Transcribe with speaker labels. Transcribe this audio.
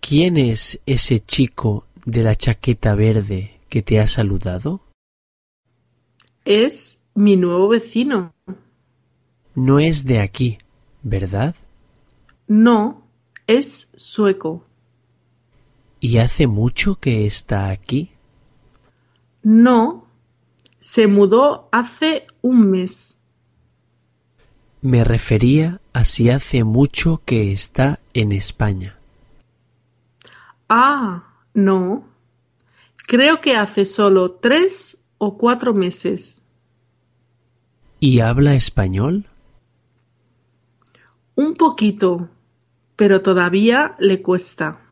Speaker 1: ¿Quién es ese chico de la chaqueta verde que te ha saludado?
Speaker 2: Es mi nuevo vecino.
Speaker 1: No es de aquí, ¿verdad?
Speaker 2: No, es sueco.
Speaker 1: ¿Y hace mucho que está aquí?
Speaker 2: No, se mudó hace un mes.
Speaker 1: Me refería a si hace mucho que está en España.
Speaker 2: Ah, no. Creo que hace solo tres o cuatro meses.
Speaker 1: ¿Y habla español?
Speaker 2: Un poquito, pero todavía le cuesta.